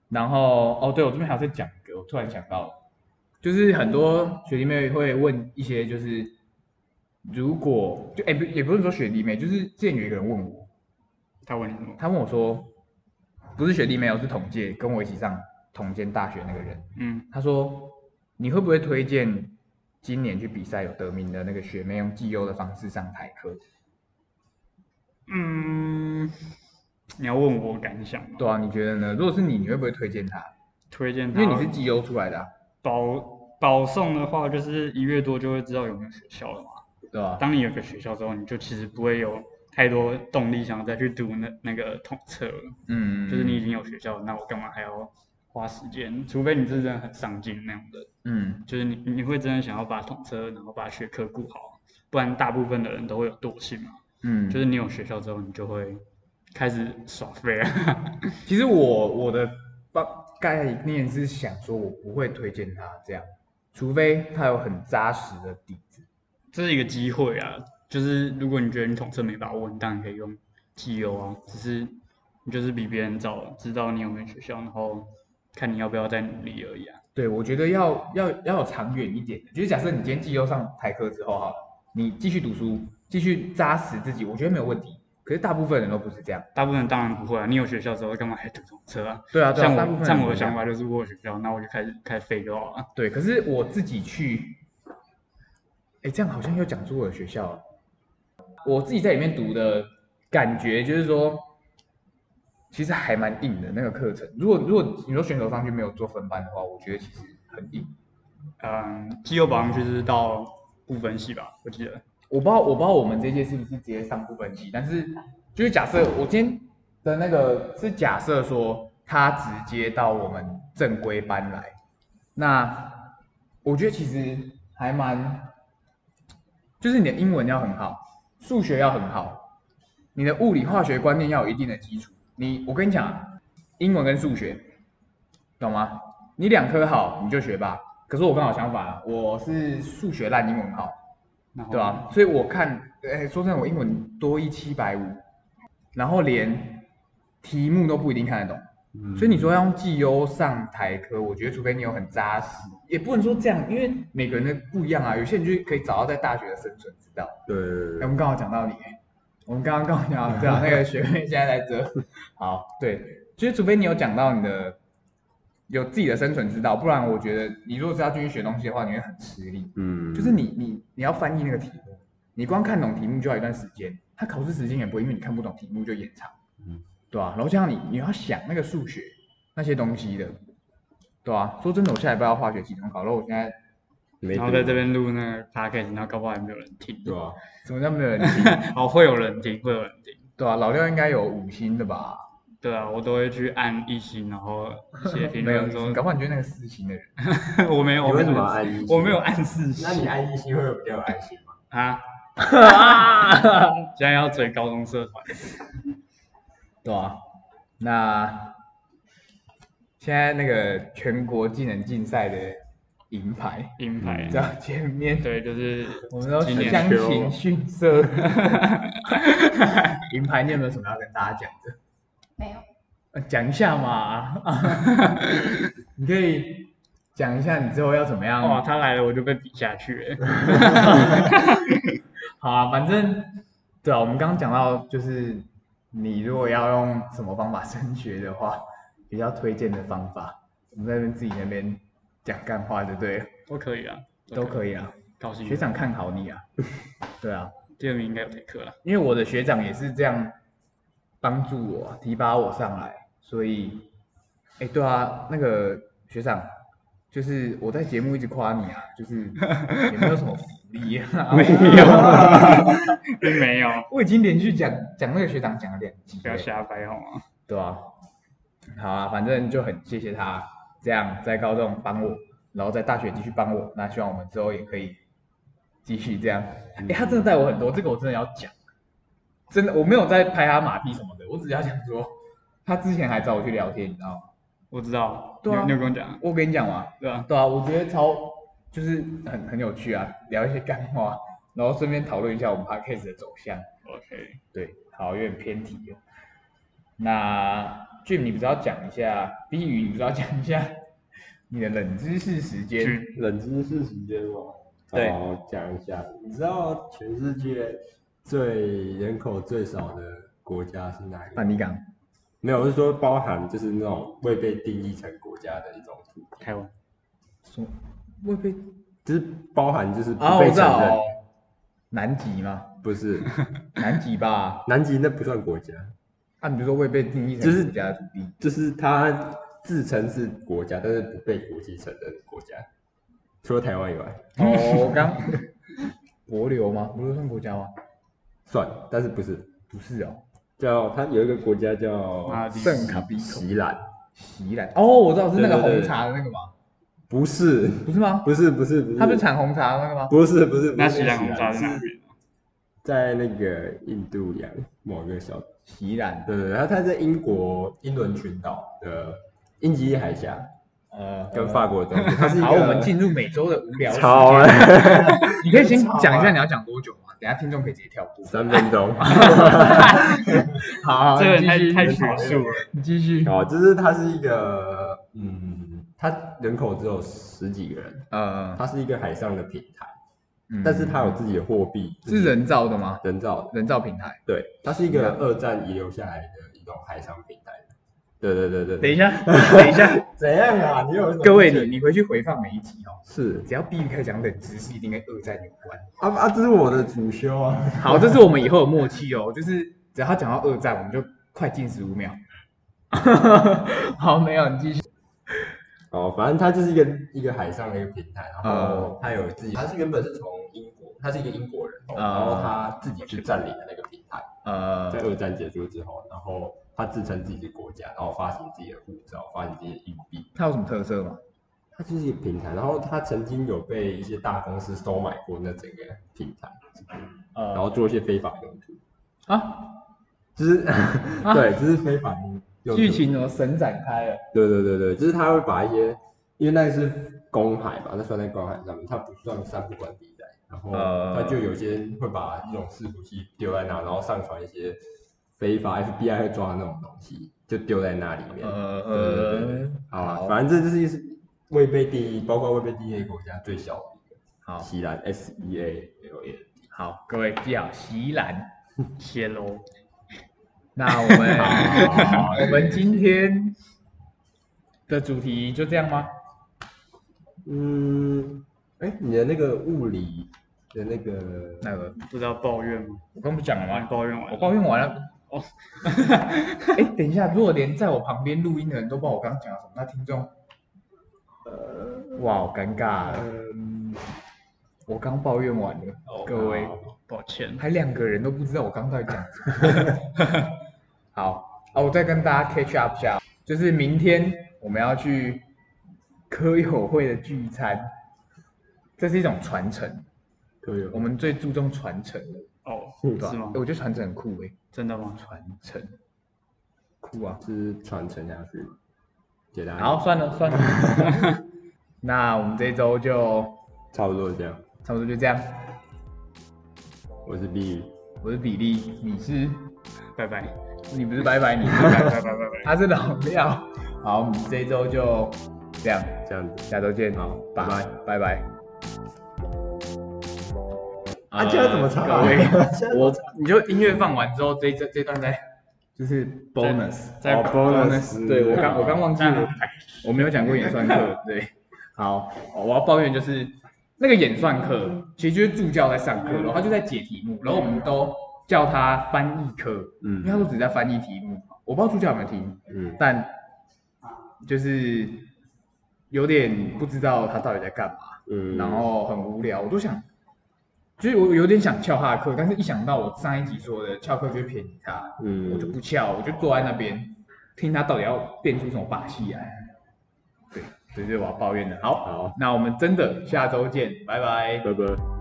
Speaker 1: 然后哦，对我这边还要再讲一个，我突然想到了，就是很多学弟妹会问一些，就是如果就哎不也不是说学弟妹，就是之前有一个人问我，
Speaker 3: 他问你什么？
Speaker 1: 他问我说，不是学弟妹哦，是同届跟我一起上同间大学那个人，
Speaker 3: 嗯，
Speaker 1: 他说你会不会推荐今年去比赛有得名的那个学妹用绩优的方式上台科？
Speaker 3: 嗯，你要问我感想吗？
Speaker 1: 对啊，你觉得呢？如果是你，你会不会推荐她？
Speaker 3: 推荐
Speaker 1: 因
Speaker 3: 他，
Speaker 1: 为你是绩优出来的、啊，
Speaker 3: 保保送的话，就是一月多就会知道有没有学校了嘛。
Speaker 1: 对吧、
Speaker 3: 当你有个学校之后，你就其实不会有太多动力想要再去读那那个统测了。
Speaker 1: 嗯，
Speaker 3: 就是你已经有学校了，那我干嘛还要花时间？除非你是真的很上进那样的，
Speaker 1: 嗯，
Speaker 3: 就是你你会真的想要把统车，然后把学科顾好，不然大部分的人都会有惰性嘛。
Speaker 1: 嗯，
Speaker 3: 就是你有学校之后，你就会开始耍废啊。
Speaker 1: 其实我我的概概念是想说，我不会推荐她这样，除非她有很扎实的底子。
Speaker 3: 这是一个机会啊，就是如果你觉得你统测没把握，你当然可以用绩优啊，只是你就是比别人早知道你有没有学校，然后看你要不要再努力而已啊。
Speaker 1: 对，我觉得要要要有长远一点的，就是假设你今天绩优上台科之后哈，你继续读书，继续扎实自己，我觉得没有问题。可是大部分人都不是这样。
Speaker 3: 大部分人当然不会啊，你有学校之后干嘛还读统车啊？
Speaker 1: 对啊，对啊，
Speaker 3: 像
Speaker 1: 大部
Speaker 3: 我
Speaker 1: 分
Speaker 3: 像
Speaker 1: 人
Speaker 3: 我
Speaker 1: 不
Speaker 3: 的
Speaker 1: 是这样
Speaker 3: 想法就是，我有学校，那我就开始开始废就好了。
Speaker 1: 啊对，可是我自己去，哎，这样好像又讲出我的学校了。我自己在里面读的感觉就是说，其实还蛮硬的那个课程。如果如果你说选手上去没有做分班的话，我觉得其实很硬。
Speaker 3: 嗯，绩优保上去是到部分系吧，我记得。
Speaker 1: 我不知道，我不知道我们这届是不是直接上部分系，但是就是假设我今天的那个是假设说他直接到我们正规班来，那我觉得其实还蛮，就是你的英文要很好，数学要很好，你的物理化学观念要有一定的基础。你我跟你讲啊，英文跟数学，懂吗？你两科好你就学霸，可是我刚好相反啊，我是数学烂，英文好。
Speaker 3: 然后
Speaker 1: 对啊，所以我看，哎、说真的，我英文多一七百五，然后连题目都不一定看得懂， 所以你说要用绩优上台科，我觉得除非你有很扎实，也不能说这样，因为每个人的不一样啊，有些人就可以找到在大学的生存之道。
Speaker 2: 对对对
Speaker 1: 哎、
Speaker 2: 对
Speaker 1: 我们刚好讲到你，我们刚刚刚好讲到，对啊，那个学妹现在在这，好，对，就是除非你有讲到你的有自己的生存之道，不然我觉得你如果是要继续学东西的话，你会很吃力。
Speaker 2: 嗯，
Speaker 1: 就是你你你要翻译那个题目，你光看懂题目就要一段时间，它考试时间也不会因为你看不懂题目就延长，
Speaker 2: 嗯
Speaker 1: 对吧、然后加上你你要想那个数学那些东西的，对吧、说真的，我下礼拜要化学期中考，然后我现在
Speaker 2: 没
Speaker 3: 然后
Speaker 2: 读
Speaker 3: 在这边录那个 podcast，然后搞不好还没有人听。
Speaker 2: 对啊吧？
Speaker 1: 怎么叫没有人听，
Speaker 3: 哦，会有人听，会有人听。
Speaker 1: 对吧、老廖应该有五星的吧？
Speaker 3: 对啊，我都会去按一星，然后写评
Speaker 1: 没有
Speaker 3: 论
Speaker 1: 五星，
Speaker 3: 说
Speaker 1: 搞不好你就是那个四星的人，
Speaker 3: 我没有，
Speaker 2: 你
Speaker 3: 我
Speaker 2: 为
Speaker 3: 没有
Speaker 2: 什么要按一星
Speaker 3: 我没有按四星
Speaker 2: 那你安一心会有比较有安心吗？
Speaker 3: 啊。现在要追高中社团，
Speaker 1: 对吧、啊那现在那个全国技能竞赛的银牌
Speaker 3: 银牌
Speaker 1: 只。要见面，
Speaker 3: 对，就是
Speaker 1: 我们都
Speaker 3: 今年
Speaker 1: 相
Speaker 2: 秋
Speaker 1: 形逊色。银牌，你有没有什么要跟大家讲的？
Speaker 4: 没有，
Speaker 1: 呃讲一下嘛， 你可以讲一下你之后要怎么样。
Speaker 3: 哇，他来了我就被比下去了。
Speaker 1: 好啊，反正对啊，我们刚刚讲到就是你如果要用什么方法升学的话，比较推荐的方法，我们在那边自己那边讲干话就对了，
Speaker 3: 都可以啊，
Speaker 1: 都可
Speaker 3: 以。
Speaker 1: 以啊。
Speaker 3: 高兴
Speaker 1: 学长看好 你啊，对啊，
Speaker 3: 第二名应该有台课了，
Speaker 1: 因为我的学长也是这样帮助我啊、提拔我上来，所以，哎、对啊，那个学长，就是我在节目一直夸你啊，就是也没有什么福利啊，
Speaker 3: 没有，并没有，
Speaker 1: 我已经连续讲讲那个学长讲了两集了，
Speaker 3: 不要瞎掰好吗？
Speaker 1: 对啊，好啊，反正就很谢谢他这样在高中帮我，然后在大学继续帮我。那希望我们之后也可以继续这样。哎、他真的带我很多，这个我真的要讲，真的我没有在拍他马屁什么的，我只是要讲说，他之前还找我去聊天，你知道吗？
Speaker 3: 我知道，
Speaker 1: 对啊
Speaker 3: 你有你有跟我讲啊，
Speaker 1: 我跟你讲嘛，
Speaker 3: 对啊，
Speaker 1: 对啊，我觉得超就是很很有趣啊，聊一些干话，然后顺便讨论一下我们 podcast 的走向。
Speaker 3: OK，
Speaker 1: 对，好，有点偏题了。那 Jim，你不是要讲一下，B 语，你不是要讲一下你的冷知识时间？
Speaker 3: 去
Speaker 2: 冷知识时间嘛，
Speaker 1: 对
Speaker 2: 好讲一下。你知道全世界最人口最少的国家是哪一个？
Speaker 1: 啊，你讲，
Speaker 2: 没有，我是说包含就是那种未被定义成国家的一种土地，
Speaker 3: 台湾，
Speaker 1: 说会被
Speaker 2: 就是包含就是
Speaker 1: 啊，
Speaker 2: 不
Speaker 1: 我
Speaker 2: 被
Speaker 1: 知
Speaker 2: 承
Speaker 1: 道
Speaker 2: 认，
Speaker 1: 哦，南极吗？
Speaker 2: 不是
Speaker 1: 南极吧？
Speaker 2: 南极那不算国家，
Speaker 1: 啊，你不是说未被定义成
Speaker 2: 就是
Speaker 1: 国家的土地？
Speaker 2: 就是它自称是国家，但是不被国际承认的国家，除了台湾以外
Speaker 1: 哦，我刚帛流吗？帛流 算国家吗？
Speaker 2: 算，但是不是
Speaker 1: 不是哦，
Speaker 2: 叫它有一个国家叫
Speaker 3: 马尔地
Speaker 1: 圣卡比口
Speaker 2: 席兰，
Speaker 1: 席兰。哦，我知道是那个
Speaker 2: 对对对
Speaker 1: 红茶的那个吗？
Speaker 2: 不是
Speaker 1: 不是吗？
Speaker 2: 不是不是不是，
Speaker 1: 他不是产红茶的那个吗？
Speaker 2: 不是不是，
Speaker 3: 那
Speaker 2: 不是
Speaker 3: 西兰红啊茶在哪
Speaker 2: 是
Speaker 3: 边？
Speaker 2: 在那个印度洋某个小，
Speaker 1: 席兰，
Speaker 2: 对对，对然后它在英国英伦群岛的英吉利海峡
Speaker 1: 呃，
Speaker 2: 跟法国的东西，它是一个
Speaker 1: 好，我们进入每周的无聊时间。
Speaker 2: 超啊
Speaker 1: 你可以先讲一下你要讲多久吗？等一下听众可以直接跳过。
Speaker 2: 三分钟。
Speaker 1: 啊 好
Speaker 3: 这个太太
Speaker 1: 学
Speaker 3: 学术了，
Speaker 1: 你继续。
Speaker 2: 哦，就是它是一个，嗯，它人口只有十几个人，
Speaker 1: 呃，
Speaker 2: 它是一个海上的平台，
Speaker 1: 嗯
Speaker 2: 但是它有自己的货币，自
Speaker 1: 是
Speaker 2: 己
Speaker 1: 人造的吗？
Speaker 2: 人造的，
Speaker 1: 人造平台。
Speaker 2: 对，它是一个二战遗留下来的一种海上平台。对对对对，
Speaker 1: 等一
Speaker 2: 下，
Speaker 1: 下， 等一下，
Speaker 2: 怎样啊？你有什么
Speaker 1: 各位
Speaker 2: 意见
Speaker 1: 你你回去回放每一集哦，
Speaker 2: 是
Speaker 1: 只要避开讲冷知识，一定跟二战有关。
Speaker 2: 啊啊，这是我的主修啊。
Speaker 1: 好，这是我们以后的默契哦，就是只要他讲到二战，我们就快进十五秒。 好，没有，你继续。
Speaker 2: 哦，反正它就是一个一个海上的一个平台，然
Speaker 1: 嗯
Speaker 2: 后它有自己，它是原本是从英国，他是一个英国人，然后他自己去占领的那个平台，
Speaker 1: 呃
Speaker 2: 在，二战结束之后，然后他自称自己是国家，然后发行自己的护照，发行自己的硬币，
Speaker 1: 它有什么特色吗？
Speaker 2: 它就是一个平台。然后他曾经有被一些大公司收买过那整个平台，然
Speaker 1: 呃，
Speaker 2: 后做一些非法用途，
Speaker 1: 啊，
Speaker 2: 就是 对，就是非法 用途
Speaker 1: 剧。情怎么神展开了？
Speaker 2: 对对对对，就是他会把一些，因为那是公海嘛，那算在公海上面，它不算三不管地带。然后
Speaker 1: 呃
Speaker 2: 他就有些人会把一种伺服器丢在那，然后上传一些非法 FBI 会抓的那种东西，就丢在那里面。
Speaker 1: 呃
Speaker 2: 对对对对
Speaker 1: 呃，
Speaker 2: 好啦，反正这就是一是未被定义，包括未被定义的国家最小的一个，
Speaker 1: 好
Speaker 2: 西兰 S E A L A。
Speaker 1: 好，各位记好席兰。
Speaker 3: 谢喽，
Speaker 1: 那我们
Speaker 2: 好
Speaker 1: 我们今天的主题就这样吗？
Speaker 2: 嗯，哎，你的那个物理的那个，
Speaker 1: 那个
Speaker 3: 不知道抱怨吗？
Speaker 1: 我刚不讲了
Speaker 3: 我
Speaker 1: 吗？
Speaker 3: 抱怨完
Speaker 1: 我
Speaker 3: 了，
Speaker 1: 抱怨完了。
Speaker 3: 哦，
Speaker 1: 哎、等一下，如果连在我旁边录音的人都不知道我刚讲了什么，那听众，呃，哇，好尴尬了。
Speaker 2: 嗯，
Speaker 1: 我刚抱怨完了，
Speaker 3: 哦
Speaker 1: 各位
Speaker 3: 抱歉，
Speaker 1: 还两个人都不知道我刚到底讲了什么。 好，啊，我再跟大家 catch up 一下，就是明天我们要去科友会的聚餐，这是一种传承。
Speaker 2: 可以哦
Speaker 1: 我们最注重传承的，
Speaker 3: 哦，
Speaker 2: 是
Speaker 1: 对吧？
Speaker 3: 是吗
Speaker 1: 欸？我觉得传承很酷诶、
Speaker 3: 真的吗？
Speaker 1: 传承酷啊！
Speaker 2: 是传承下去，解
Speaker 3: 哎
Speaker 2: 答。
Speaker 1: 好，，算了算了， 那我们这一周就
Speaker 2: 差不多是这样。
Speaker 1: 差不多就这样。
Speaker 2: 我是碧宇，
Speaker 1: 我是比利，你是
Speaker 3: 拜 拜，
Speaker 1: 你不是拜拜，你是
Speaker 3: 拜
Speaker 1: 拜
Speaker 3: 拜
Speaker 1: 拜，
Speaker 3: 拜拜拜拜，
Speaker 1: 他是老廖。好，我们这一周就这样，
Speaker 2: 这样子。
Speaker 1: 下周见。哦
Speaker 2: 好
Speaker 1: 拜
Speaker 2: 拜
Speaker 1: 拜拜。
Speaker 2: 啊这要怎么唱啊
Speaker 1: 各位啊
Speaker 2: 这要怎么唱
Speaker 1: 我你就音乐放完之后，这一这这段再就是 bonus，
Speaker 3: 在
Speaker 2: 哦 bonus
Speaker 1: 对我刚我刚忘记
Speaker 3: 在
Speaker 1: 了，我没有讲过演 算课。对，好，我要抱怨就是那个演算课，其实就是助教在上课，然后他就在解题目，然后我们都叫他翻译课，因为他都
Speaker 2: 嗯
Speaker 1: 只在翻译题目。我不知道助教有没有听，
Speaker 2: 嗯，
Speaker 1: 但就是有点不知道他到底在干嘛，
Speaker 2: 嗯
Speaker 1: 然后很无聊，我都想，其实我有点想翘他的课，但是一想到我上一集说的翘课就会便宜他，
Speaker 2: 嗯
Speaker 1: 我就不翘，我就坐在那边听他到底要变出什么把戏来。对，这就是我要抱怨的。好，
Speaker 2: 好，
Speaker 1: 那我们真的下周见，拜拜。
Speaker 2: 拜拜。